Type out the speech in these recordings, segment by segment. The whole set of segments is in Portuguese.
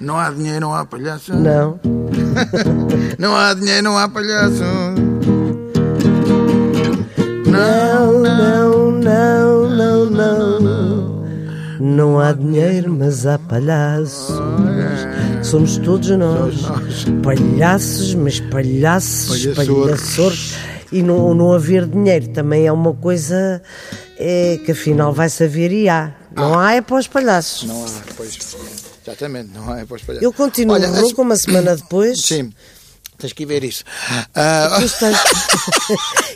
Não há dinheiro, não há palhaço. Não. Não há dinheiro, não há palhaço. Não, não, não, não, não. Não há dinheiro, mas há palhaços. Somos todos nós. nós. Palhaços, mas palhaços, Palhaçores. palhaçores. E não, não haver dinheiro também é uma coisa é, que afinal vai-se haver e há. Não há é para os palhaços. Não há, pois. Exatamente, não há, é para os palhaços. Eu continuo Olha, as- rouco uma semana depois. Sim, tens que ir ver isso. Ah, Os textos.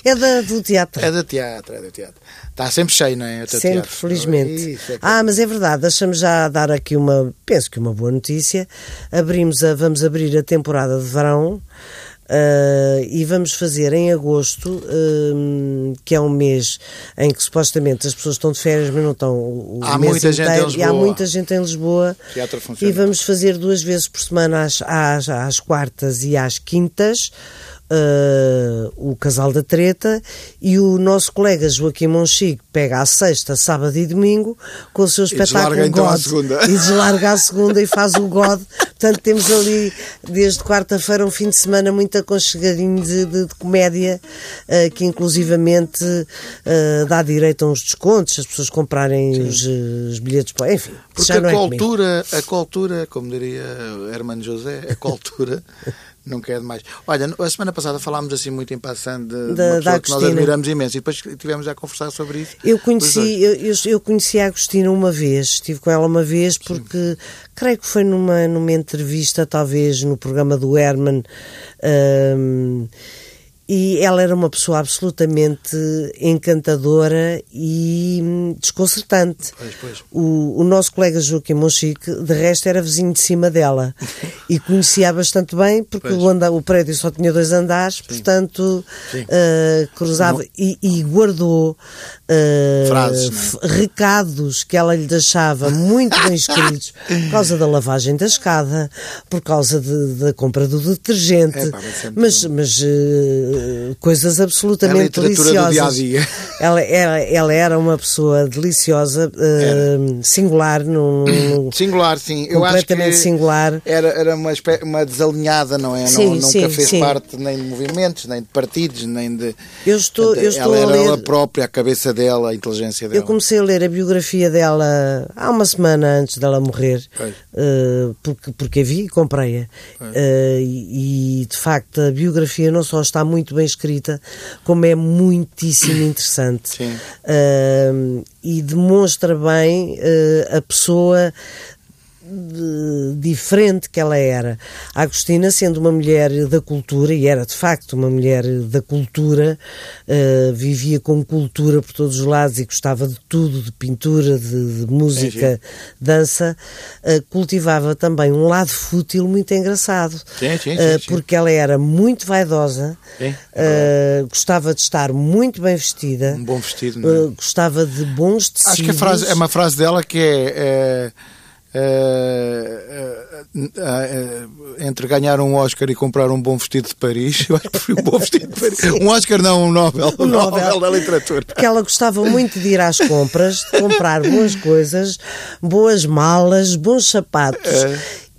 é da, do teatro. é da teatro, é da teatro. Está sempre cheio, não é? O teu Sempre, teatro. felizmente. Isso é que- ah, mas é verdade, deixamos já dar aqui uma, penso que uma boa notícia. Abrimos a, vamos abrir a temporada de verão ah, e vamos fazer em agosto, hum, que é um mês em que supostamente as pessoas estão de férias, mas não estão o o Há mês muita gente em inteiro, e há Lisboa. muita gente em Lisboa. Teatro funciona. E vamos fazer duas vezes por semana às, às, às quartas e às quintas. eh, o Casal da Treta e o nosso colega Joaquim Monchique pega à sexta, sábado e domingo com o seu espetáculo deslarga então à God segunda. e deslarga à segunda e faz o God. Portanto, temos ali desde quarta-feira um fim de semana muito aconchegadinho de, de- de comédia eh, que inclusivamente eh, dá direito a uns descontos, se as pessoas comprarem os, eh, os bilhetes para. Enfim, Porque já não a é comigo. cultura, a cultura, como diria Hermano José, a cultura não quer demais. Olha, a semana passada falámos assim muito em passando de, Da- da uma pessoa que nós Agostina. admiramos imenso e depois estivemos a conversar sobre isso. Eu Os dois. conheci, eu, eu, eu conheci a Agostina uma vez, estive com ela uma vez, porque creio que foi numa, numa entrevista, talvez no programa do Herman. hum, e ela era uma pessoa absolutamente encantadora e hum, desconcertante. Pois, pois. O, o nosso colega Joaquim Monchique, de resto, era vizinho de cima dela e conhecia bastante bem, porque Pois. o, andar, o prédio só tinha dois andares, portanto, Sim. ah, cruzava e, e guardou ah, Frases, é? f- recados que ela lhe deixava muito bem escritos por causa da lavagem da escada, por causa de- da compra do detergente, É pá, mas sempre mas, mas ah, coisas absolutamente É a literatura do deliciosas. dia-a-dia. Ela, ela- ela era uma pessoa deliciosa, ah, singular, num, num- Singular, sim. Eu acho que completamente singular. era, era uma, espé- uma desalinhada, não é? Sim, não, nunca sim, fez sim. parte nem de movimentos, nem de partidos, nem de. Eu estou- eu estou ela a era ler- ela própria, a cabeça dela, a inteligência dela. Eu comecei a ler a biografia dela há uma semana antes dela morrer, Pois. eh, porque, porque a vi e comprei-a. Eh, e, e, de facto, a biografia não só está muito bem escrita, como é muitíssimo interessante. Sim. Eh, e demonstra bem eh, a pessoa de- diferente que ela era. A Agostina, sendo uma mulher da cultura, e era de facto uma mulher da cultura, eh, vivia com cultura por todos os lados e gostava de tudo, de pintura, de, de música, dança, eh, cultivava também um lado fútil muito engraçado. Sim, sim, sim, Eh, sim. Porque ela era muito vaidosa, Sim, é eh, gostava de estar muito bem vestida, Um bom vestido, não é? eh, gostava de bons tecidos. Acho que a frase, é uma frase dela que é. é, é, é, é, entre ganhar um Oscar e comprar um bom vestido de Paris, eu acho que prefiro um bom vestido de Paris. Um Oscar não, um Nobel. Um Nobel, da literatura. Porque ela gostava muito de ir às compras, de comprar boas coisas, boas malas, bons sapatos. É.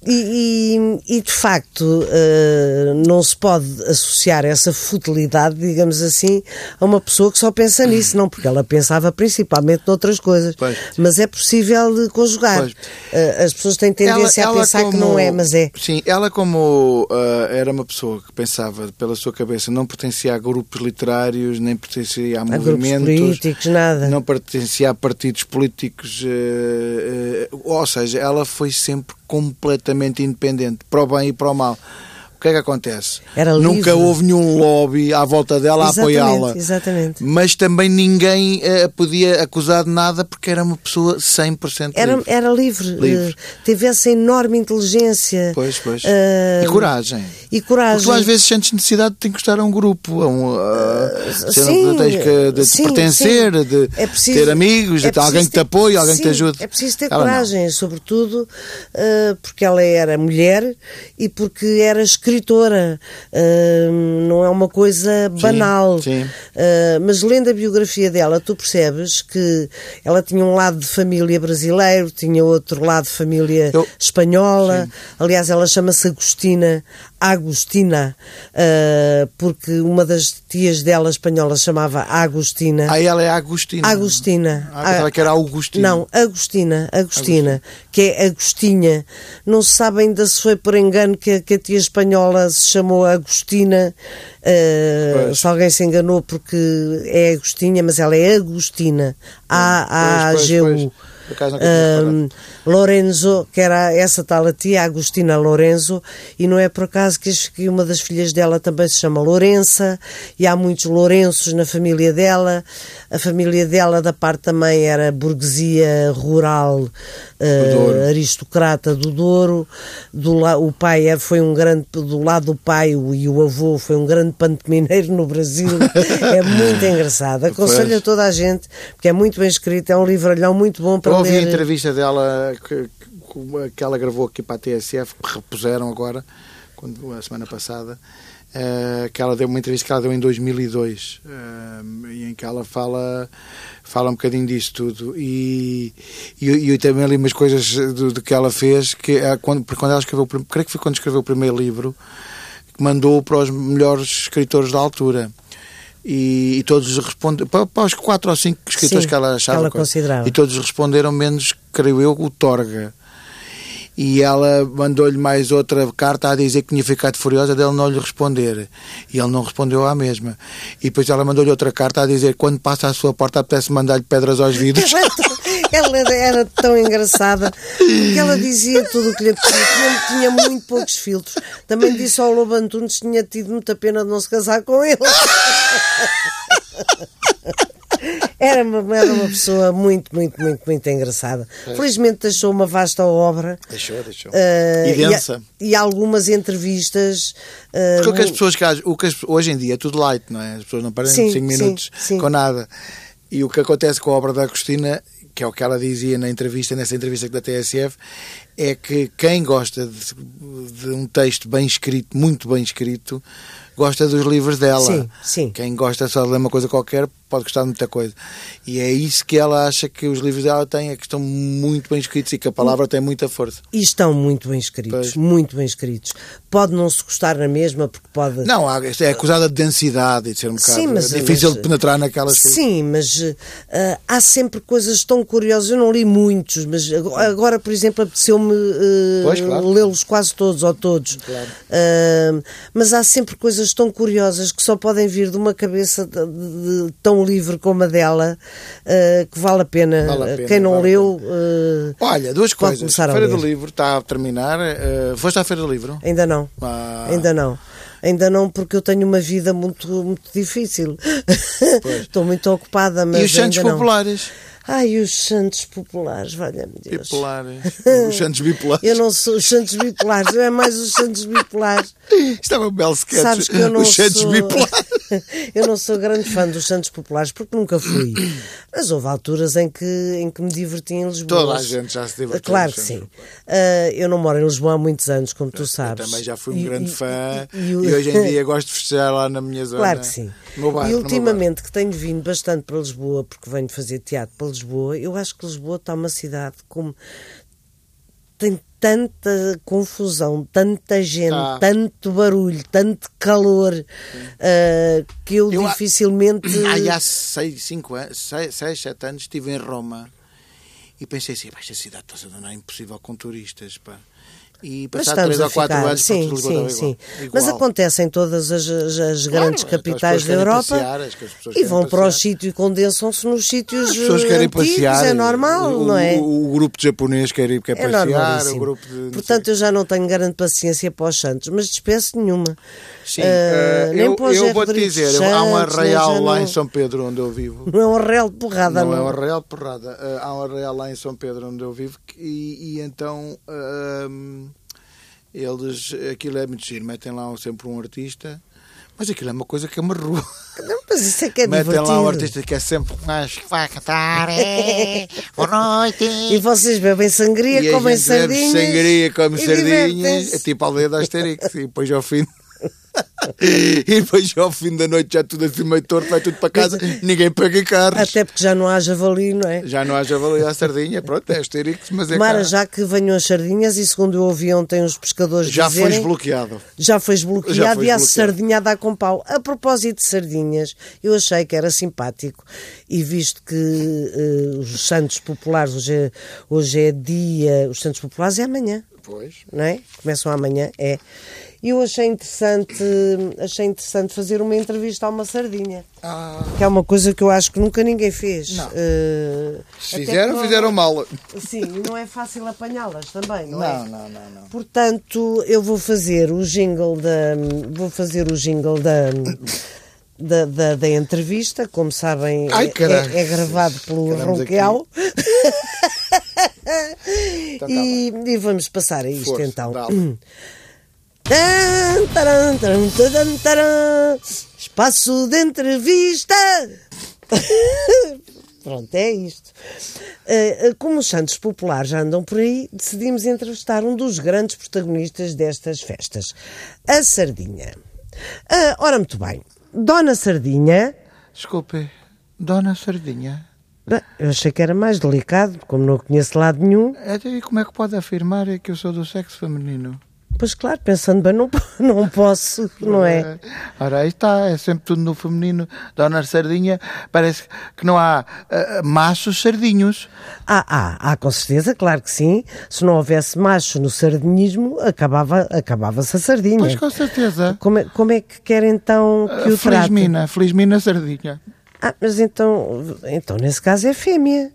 E, e- e, de facto eh, não se pode associar essa futilidade, digamos assim, a uma pessoa que só pensa nisso, não, porque ela pensava principalmente noutras coisas. Pois. Mas é possível de conjugar. Pois. Eh, as pessoas têm tendência a pensar que não como- é, mas é. Sim, ela como ah, era uma pessoa que pensava pela sua cabeça, não pertencia a grupos literários, nem pertencia a, Há grupos movimentos, políticos, nada. não pertencia a partidos políticos, eh, eh, ou seja, ela foi sempre completamente independente, para o bem e para o mal. O que é que acontece? Era livre. Nunca houve nenhum lobby à volta dela a Exatamente, apoiá-la. exatamente. Mas também ninguém eh, podia acusar de nada porque era uma pessoa 100% Era, livre. era livre, Livre. eh, teve essa enorme inteligência Pois, pois. eh, e coragem. e coragem. Porque tu às vezes sentes necessidade de te encostar a um grupo, a um. A, sim, tens que, de te Eh, sim, pertencer, sim. de É preciso- ter amigos, é de ter alguém preciso que te apoie, alguém que te sim, ajude. É preciso ter Ela não. coragem, sobretudo eh, porque ela era mulher e porque era escritora, uh, não é uma coisa Sim, banal. sim. Uh, mas lendo a biografia dela, tu percebes que ela tinha um lado de família brasileiro, tinha outro lado de família Eu- espanhola. Aliás, ela chama-se Agostina, Agostina, uh, porque uma das tias dela espanhola chamava Agostina. Aí ela é Agostina. Agostina. Ah, pensava que era Augustina. Não, Agostina, Agostina, que é Agostinha. Não se sabe ainda se foi por engano que, que a tia espanhola se chamou Agostina, eh, Pois. se alguém se enganou porque é Agostinha, mas ela é Agostina, pois, pois, A-A-G-U. pois. Por acaso nunca tinha reparado. Ahm, Lorenzo, que era essa tal a tia, a Agostina Lorenzo, e não é por acaso que as- que uma das filhas dela também se chama Lourença, e há muitos Lourenços na família dela. A família dela, da parte também, era burguesia rural, eh, Douro. aristocrata do Douro. Do la- o pai era, foi um grande, do lado do pai o- e o avô foi um grande pantomineiro no Brasil. é muito engraçado. Aconselho Pois. a toda a gente, porque é muito bem escrito, é um livralhão muito bom para Eu ouvi a ler. entrevista dela que, que- que ela gravou aqui para a TSF, que repuseram agora, quando, a semana passada, eh, que ela deu uma entrevista que ela deu em 2002, eh, e em que ela fala, fala um bocadinho disso tudo. E, e, eu- e eu também li umas coisas do, do que ela fez, que é quando, porque quando ela escreveu, o prim- creio que foi quando escreveu o primeiro livro, que mandou para os melhores escritores da altura. E, e todos respondem para, para os quatro ou cinco escritores Sim, que ela achava que ela coisa. considerava. E todos responderam, menos, creio eu, o Torga. E ela mandou-lhe mais outra carta a dizer que tinha ficado furiosa dele não lhe responder. E ele não respondeu à mesma. E depois ela mandou-lhe outra carta a dizer que quando passa à sua porta apetece mandar-lhe pedras aos vidros. Ela, ela era- era tão engraçada porque ela dizia tudo o que lhe apetecia, tinha, tinha muito poucos filtros. Também disse ao Lobo Antunes que tinha tido muita pena de não se casar com ele. Era uma, era uma pessoa muito, muito, muito, muito engraçada. Felizmente deixou uma vasta obra. Deixou, deixou. eh, e densa. E, algumas entrevistas. eh, Porque o que as pessoas que às- o que as- hoje em dia é tudo light, não é? As pessoas não param Sim, 5 sim, minutos sim. com nada. E o que acontece com a obra da Agostina, que é o que ela dizia na entrevista, nessa entrevista da TSF, é que quem gosta de, de um texto bem escrito, muito bem escrito, gosta dos livros dela. Sim, sim. Quem gosta só de ler uma coisa qualquer pode gostar de muita coisa. E é isso que ela acha que os livros dela têm, é que estão muito bem escritos e que a palavra tem muita força. E estão muito bem escritos, Pois. muito bem escritos. Pode não se gostar na mesma, porque pode. Não, há- é acusada de densidade e de ser um bocado Sim, mas- é difícil mas- de penetrar naquelas coisas. Sim, mas eh, há sempre coisas tão curiosas. Eu não li muitos, mas ag- agora, por exemplo, apeteceu-me eh, Pois, claro. lê-los quase todos ou todos. Eh, mas há sempre coisas tão curiosas que só podem vir de uma cabeça de- de- de- tão livre como a dela eh, que vale a pena. Vale a pena, Quem não vale a leu, eh, Olha, duas Pode coisas. começar a Feira ler. do Livro está a terminar. eh, foste à Feira do Livro? ainda não. Ah. Ainda não. Ainda não, porque eu tenho uma vida muito, muito difícil. Estou muito ocupada, mas. e os Santos ainda não. Populares? Ai, os santos populares, valha-me Deus. Bipolares. os Santos Bipolares. Eu não sou os santos bipolares, é mais os santos bipolares. Isto é um belo sketch. Sabes que eu não os Santos sou... Bipolares. eu não sou grande fã dos santos populares, porque nunca fui. Mas houve alturas em que, em que me diverti em Lisboa. Eh, Toda a gente já se divertiu Claro nos que Santos sim. Ah, eu não moro em Lisboa há muitos anos, como tu sabes. Também já fui um E- grande e- fã. E, e- e o- hoje em dia gosto de festejar lá na minha zona. Claro que sim. né? No meu bairro, e no meu bairro. ultimamente que tenho vindo bastante para Lisboa, porque venho fazer teatro para Lisboa, eu acho que Lisboa está uma cidade como tem tanta confusão, tanta gente, Tá. tanto barulho, tanto calor, ah, que eu, Eu a- dificilmente. Aí há 6, 7 anos estive em Roma e pensei assim: "Pá, esta cidade está sendo não é impossível com turistas. Pá. E Mas passar estamos 3 a ou 4 ficar, anos sim, Portugal sim, estava sim. igual. Mas Igual. acontece em todas as, as- as grandes aquelas capitais pessoas da querem Europa. passear, as que as pessoas e querem vão para o passear. sítio e condensam-se nos sítios As pessoas eh, querem antigos, passear. é normal, o, não é? O, o grupo de japonês quer ir quer É passear, normalíssimo. o grupo de. não Portanto, eu já não tenho grande paciência para os Santos, mas de espécie nenhuma. sei. Ah, Sim, eh, nem eu, para o Zé eu vou te Rodrigues dizer, Santos, há um arraial nem já lá em não- São Pedro onde eu vivo. Não é um real de porrada, Não não. é um arraial de porrada. eh, há um arraial lá em São Pedro onde eu vivo que- e, e então eh, ahm, eles aquilo é muito giro, metem lá um- sempre um artista. Mas aquilo é uma coisa que é uma rua. Não, mas isso é que é Metem divertido. lá o artista que é sempre mais que vai cantar. é, Boa noite. E vocês bebem sangria, E a comem gente bebe sardinhas. sangria, come e sardinhas. divertem-se. É tipo a aldeia da Asterix. e depois ao fim. e depois ao fim da noite já tudo assim meio torto, vai tudo para casa, ninguém pega carros. Até porque já não há javali, não é? Já não há javali à sardinha, pronto, é Asterix, mas é Mara, cara. já que venham as sardinhas, e segundo eu ouvi ontem os pescadores Já foi dizerem, desbloqueado. já foi desbloqueado Já foi e há desbloqueado. sardinha a dar com pau. A propósito de sardinhas, eu achei que era simpático e visto que eh, os santos populares, hoje é, hoje é dia, os santos populares é amanhã, Pois. não é? Começam amanhã, é. E eu achei interessante, achei interessante fazer uma entrevista a uma sardinha, Ah, que é uma coisa que eu acho que nunca ninguém fez. Não. Eh, se até fizeram, porque- fizeram mal. Sim, e não é fácil apanhá-las também, não, é? Não, não, não, não. Portanto, eu vou fazer o jingle da. Vou fazer o jingle da. Da, da, da entrevista, como sabem, Ai, é- caralho. é, é gravado pelo Ficamos Ronquial. Então tá e, e vamos passar a isto Força, então. dá lá. Tan, taran, taran, taran, taran. Espaço de entrevista. Pronto, é isto. Ah, ah, Como os santos populares já andam por aí, decidimos entrevistar um dos grandes protagonistas destas festas, a Sardinha. Ah, ora, muito bem. Dona Sardinha. Desculpe, Dona Sardinha, Bem, Eu achei que era mais delicado, como não conheço lado nenhum. até aí como é que pode afirmar que eu sou do sexo feminino? Pois claro, pensando bem, não, não posso, não é? Ora, aí está, é sempre tudo no feminino. Dona Sardinha, parece que não há ah, machos sardinhos. Ah, ah, ah, com certeza, claro que sim. Se não houvesse macho no sardinhismo, acabava, acabava-se a sardinha. Pois com certeza. Ah, como, é, como é que quer então que o Feliz trate? mina, feliz mina sardinha. Ah, mas então, então nesse caso é fêmea.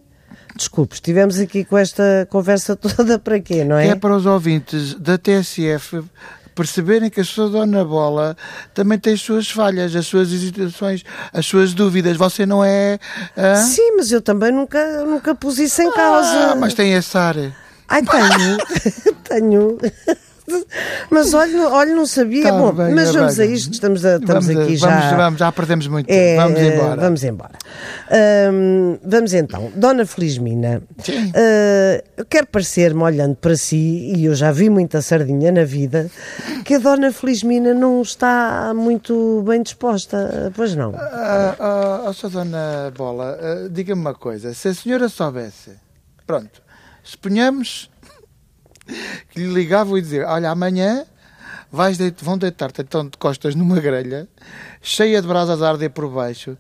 Desculpe, estivemos aqui com esta conversa toda para quê, não é? É para os ouvintes da TSF perceberem que a sua dona Bola também tem as suas falhas, as suas hesitações, as suas dúvidas. Você não é. hã? Sim, mas eu também nunca, nunca pus isso em causa. Ah, mas tem essa área. Ai, tenho. tenho. Mas olha, olha, não sabia. Tá Bom, bem, mas é vamos a bem. isto, estamos, a- estamos vamos, a- aqui vamos, já. vamos, já perdemos muito tempo. É, vamos embora. Vamos embora. Hum, vamos então. Dona Felizmina, Sim. eh, eu quero parecer-me olhando para si, e eu já vi muita sardinha na vida, que a Dona Felizmina não está muito bem disposta. Pois não. Ah, ah, ah, só dona Bola, ah, diga-me uma coisa. Se a senhora soubesse, pronto, suponhamos que lhe ligavam e diziam, olha, amanhã vais deit- vão deitar-te então de costas numa grelha, cheia de brasas a arder por baixo.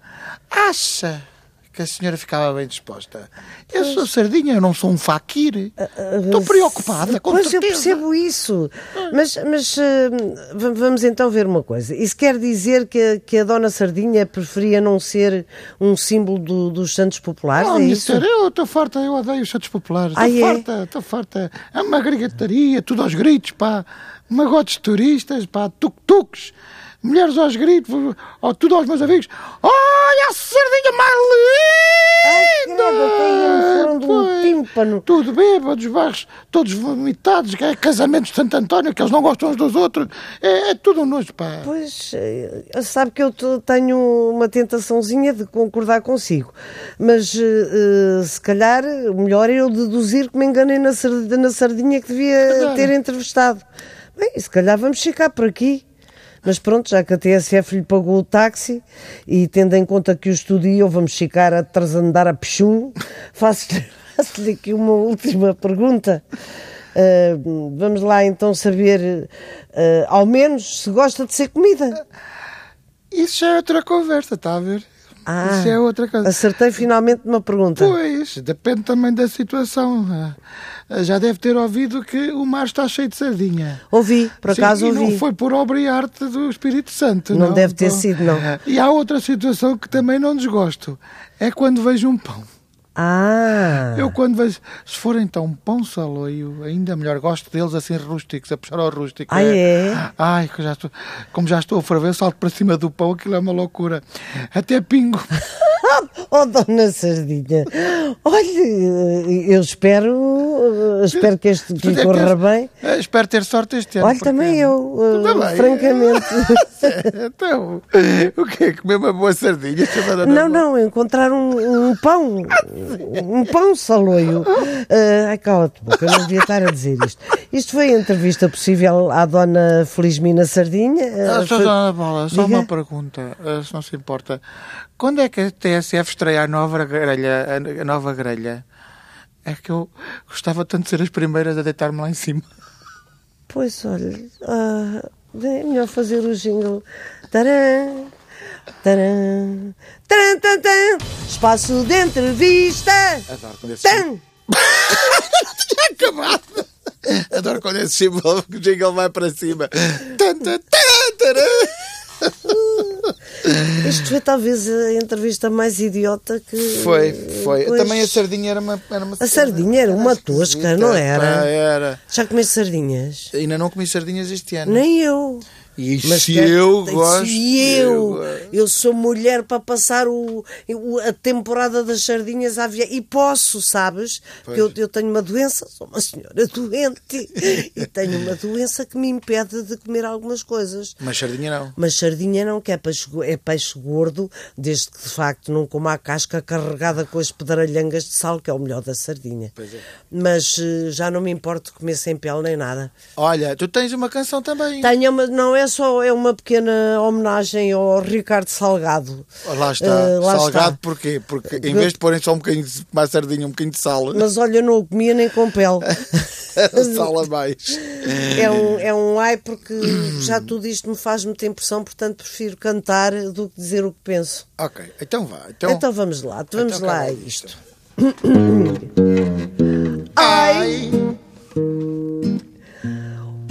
Acha que a senhora ficava bem disposta? Eu sou sardinha, eu não sou um faquir. Estou preocupada, com Ah, Pois eu certeza. Ah. percebo isso. Mas, mas eh, v- vamos então ver uma coisa. Isso quer dizer que, a- que a Dona Sardinha preferia não ser um símbolo do- dos santos populares? Não, é Oh, minha isso? senhora, eu estou farta, eu odeio os santos populares. Ah, Estou é? farta, estou farta. É uma grigataria, tudo aos gritos, pá. Magotes de turistas, pá, tuk-tuks. Mulheres aos gritos, ó, tudo aos meus amigos. Olha a sardinha Ai, credo, até mais linda! eu foram de um Pois, tímpano. Tudo bêbados, barros, todos vomitados. É casamento de Santo António, que eles não gostam uns dos outros. É, é tudo um nojo, pá. Pois, eh, sabe que eu to- tenho uma tentaçãozinha de concordar consigo, mas eh, eh, se calhar o melhor é eu deduzir que me enganei na sardinha, na sardinha que devia Claro. ter entrevistado. Bem, se calhar vamos ficar por aqui. Mas pronto, já que a TSF lhe pagou o táxi e tendo em conta que o estudio vamos ficar a trasandar a pechum, faço-lhe faço-lhe aqui uma última pergunta. Eh, vamos lá então saber, eh, ao menos, se gosta de ser comida. Isso já é outra conversa, está a ver? Ah, Isso é outra coisa. Acertei finalmente uma pergunta. Pois, depende também da situação. Ah, Já deve ter ouvido que o mar está cheio de sardinha. Ouvi, por acaso Sim, e ouvi. não foi por obra e arte do Espírito Santo. ah, Não deve ter sido, não. E há outra situação que também não desgosto. É quando vejo um pão. Ah! Eu quando vejo, se for então pão saloio, ainda melhor, gosto deles assim rústicos, a puxar ao rústico. Ah, é? Ai, que eu já estou, como já estou a ferver, salto para cima do pão, aquilo é uma loucura. Até pingo. Oh, dona Sardinha, olha, eu espero, eh, espero que este que Espero corra ter- bem. eh, Espero ter sorte este ano. Olha, também eu, eh, é Tudo bem. francamente. Então, o que é? Comer uma boa sardinha? chamada na Não, boa? não, encontrar um, um pão, um pão saloio. Ah, ai, cala-te, boca, eu não devia estar a dizer isto. Isto foi a entrevista possível à dona Felizmina Sardinha. ah, Ah, Sr. foi- Dona Bola, só Diga. uma pergunta, ah, se não se importa. Quando é que a TSF estreia a nova grelha? a- A nova grelha? É que eu gostava tanto de ser as primeiras a deitar-me lá em cima. Pois, olha, ah, é melhor fazer o jingle. Taran, taran, taran, tan, tan. Espaço de entrevista. Adoro quando é assim. Tan. esse acabado. Adoro quando esse símbolo, o jingle vai para cima. Tan, tan, tan, taran. Isto foi talvez a entrevista mais idiota que. Foi, foi. Pois. Também a assim, sardinha era uma. Era uma A sardinha era uma tosca, não era? Pá, era. Já comeste sardinhas? Ainda não comi sardinhas este ano. Nem eu. E se quer- eu se gosto. eu, eu gosto. eu sou mulher para passar o, o- a temporada das sardinhas à via. E posso, sabes? Pois. Que eu, eu tenho uma doença, sou uma senhora doente. e tenho uma doença que me impede de comer algumas coisas. Mas sardinha não. Mas sardinha não, que é peixe, go- é peixe gordo, desde que de facto não coma a casca carregada com as pedralhangas de sal, que é o melhor da sardinha. Pois é. Mas eh, já não me importo de comer sem pele nem nada. Olha, tu tens uma canção também. Tenho uma, não é só é uma pequena homenagem ao Ricardo Salgado. Oh, Lá está. Eh, lá Salgado está. porquê? Porque em vez de porem só um bocadinho de mais sardinha, um bocadinho de sal, Mas olha, eu não o comia nem com pele. sal a mais. É um, é um ai porque já tudo isto me faz muita impressão, portanto prefiro cantar do que dizer o que penso. Ok, então vá. Então, Então, vamos lá, vamos então lá a acaba isto. Ai!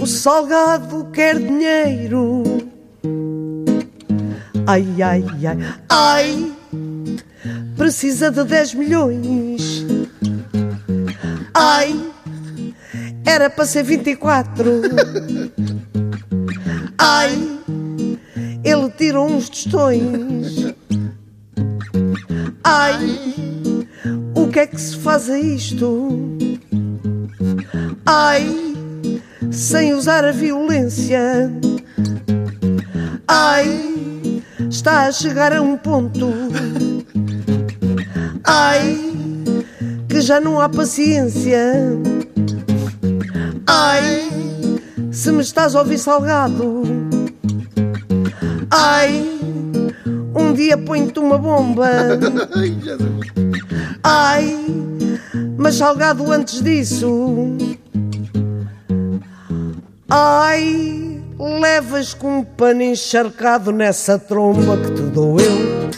O salgado quer dinheiro. Ai, ai, ai, ai. Precisa de 10 milhões. Ai, era para ser 24. Ai, ele tira uns tostões. Ai, o que é que se faz a isto? Ai sem usar a violência. Ai, está a chegar a um ponto. Ai, que já não há paciência. Ai, se me estás a ouvir salgado. Ai, um dia ponho-te uma bomba. Ai, Jesus. Ai, mas salgado antes disso. Ai, levas com um pano encharcado nessa tromba que te dou eu.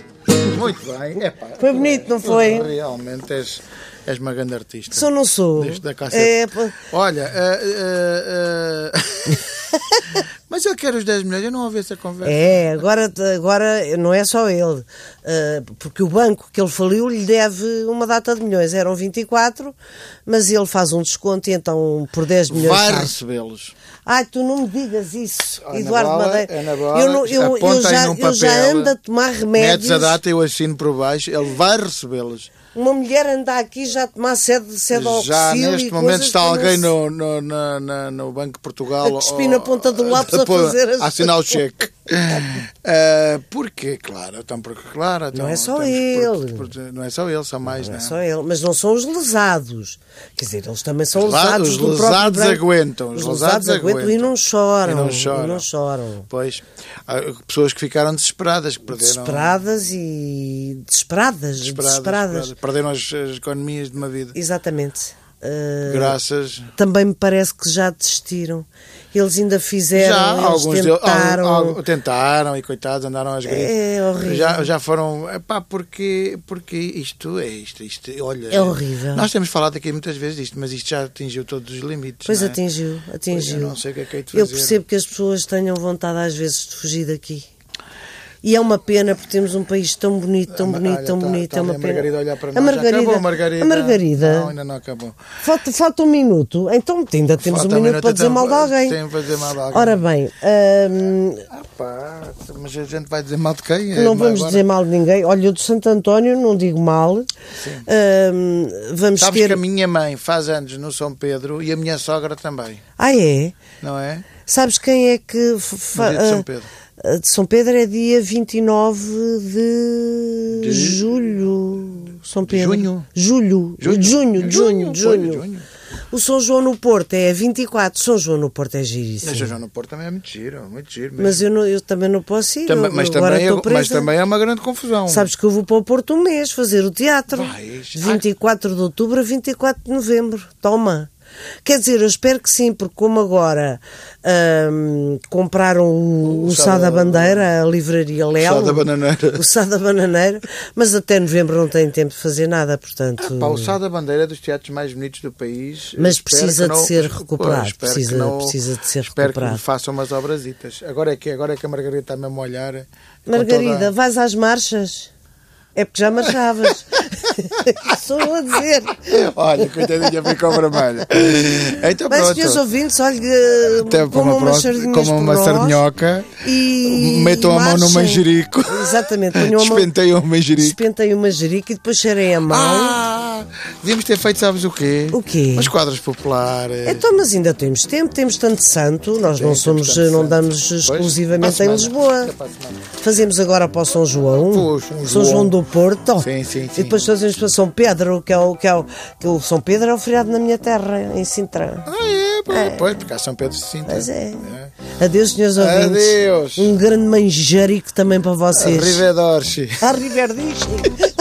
Muito bem. Epá, Foi bonito, não foi? Realmente és, és uma grande artista. Só não sou. Desde a cassete. É, pá, Olha, ah, ah, ah, mas eu quero os 10 milhões, eu não ouvi essa conversa. é, agora, agora não é só ele. Ah, porque o banco que ele faliu lhe deve uma data de milhões. Eram 24, mas ele faz um desconto e então por 10 milhões. Vai sai. recebê-los. Ai, tu não me digas isso, Ana Eduardo Bola, Madeira. Ana Bola, eu, não- eu- eu aponta aí já, num eu já papel, eh, ando a tomar Metes remédios. a data, eu assino por baixo, ele vai recebê-los. Uma mulher anda aqui já a tomar sede, sede ao Já É auxílio neste e momento coisas está que não alguém se- no, no, na- na- no Banco de Portugal A cuspir na ou- ponta do lápis a pô- fazer as- assinar o cheque. Ah, porque, claro, então, porque, claro. então, é só temos ele. não é só ele, são mais, Não não é é? só ele, mas não são os lesados. Quer dizer, eles também são Os la- lesados. os do próprio lesados branco. aguentam, Os os lesados lesados aguentam e aguentam. não choram. E não E choram. não choram. Pois, há pessoas que ficaram desesperadas, que perderam. Desesperadas e. Desesperadas. desesperadas, Desesperadas. desesperadas, Perderam as, as economias de uma vida. Exatamente. Ah, Graças. também me parece que já desistiram. Eles ainda fizeram, já, eles alguns deles- tentaram. al- al- tentaram e coitados andaram às gritas. É horrível. Já, já foram, pá, porque, porque isto é isto, isto, olha. É horrível. Nós temos falado aqui muitas vezes disto, mas isto já atingiu todos os limites. Pois não é? atingiu, atingiu. Pois eu não sei o que é que hei de Eu fazer. percebo que as pessoas tenham vontade às vezes de fugir daqui. E é uma pena porque temos um país tão bonito, tão Ah, bonito, olha, tão tá- bonito. tá é ali uma a pena. Margarida a olhar para A nós. Já Margarida- acabou, Margarida? a Margarida. Não, ainda não acabou. Falta, falta um minuto. Então ainda temos Falta um minuto para dizer então, mal de alguém. Tem para dizer mal de alguém. Ora bem, hum, Ah, pá, mas a gente vai dizer mal de quem? É, não vamos agora? dizer mal de ninguém. Olha, eu do Santo António não digo mal. Hum, vamos Sabes ter. que a minha mãe faz anos no São Pedro e a minha sogra também, Ah, é? não é? Sabes quem é que. fa- No dia de São ah, Pedro. ah, de São Pedro é dia 29 de, De- julho. São Pedro. junho? Julho. Junho, Junho. junho, Junho, junho. olha, junho. O São João no Porto é 24. São João no Porto é giríssimo. Mas o João no Porto também é muito giro, muito giro. mesmo. Mas eu, não- eu também não posso ir. Também- eu- mas, agora também estou é, presa. mas também é uma grande confusão. Sabes que eu vou para o Porto um mês fazer o teatro. Vais? Ah. 24 de outubro a 24 de novembro. Toma. Quer dizer, eu espero que sim, porque como agora hum, compraram o, O o Sá Sá da da- Bandeira, a livraria Lelo. Sá da Bananeira. O Sá da Bananeira. Mas até novembro não tem tempo de fazer nada, portanto... Pá, o Sá da Bandeira é dos teatros mais bonitos do país. Mas Espero precisa que de não- ser Pois, recuperado, espero que precisa- não- precisa de ser espero recuperado. que me façam umas obrasitas. Agora é que, agora é que a Margarida está mesmo a olhar. com Margarida, toda a- vais às marchas? É porque já marchavas. Estou a dizer. Olha, coitadinha, ficou vermelha. Então Mas, pronto. senhores ouvintes, olhe, eh, Até para comam uma umas próxima- sardinhas comam por uma nós sardinhoca, e metam e a mão no marchem. manjerico. Exatamente, ponham a mão, Despenteiam o manjerico. despentem o manjerico e depois cheirem a mão. Ah, devíamos ter feito, sabes o quê? O quê? As quadras populares. Então, mas ainda temos tempo, temos tanto santo, nós não Temos somos, tanto não santo. damos Pois, exclusivamente para a em semana. Lisboa. Até para a semana. Fazemos agora para o São João, Pois, um São João João do Porto, Sim, sim, sim. e depois fazemos para São Pedro, que é o que é o, que o São Pedro é o feriado na minha terra, em Sintra. Ah, é, pois, pois, porque há São Pedro de Sintra. Pois é. Adeus, senhores ouvintes. Adeus. Um grande manjerico também para vocês. Arrivederci. Arrivederci.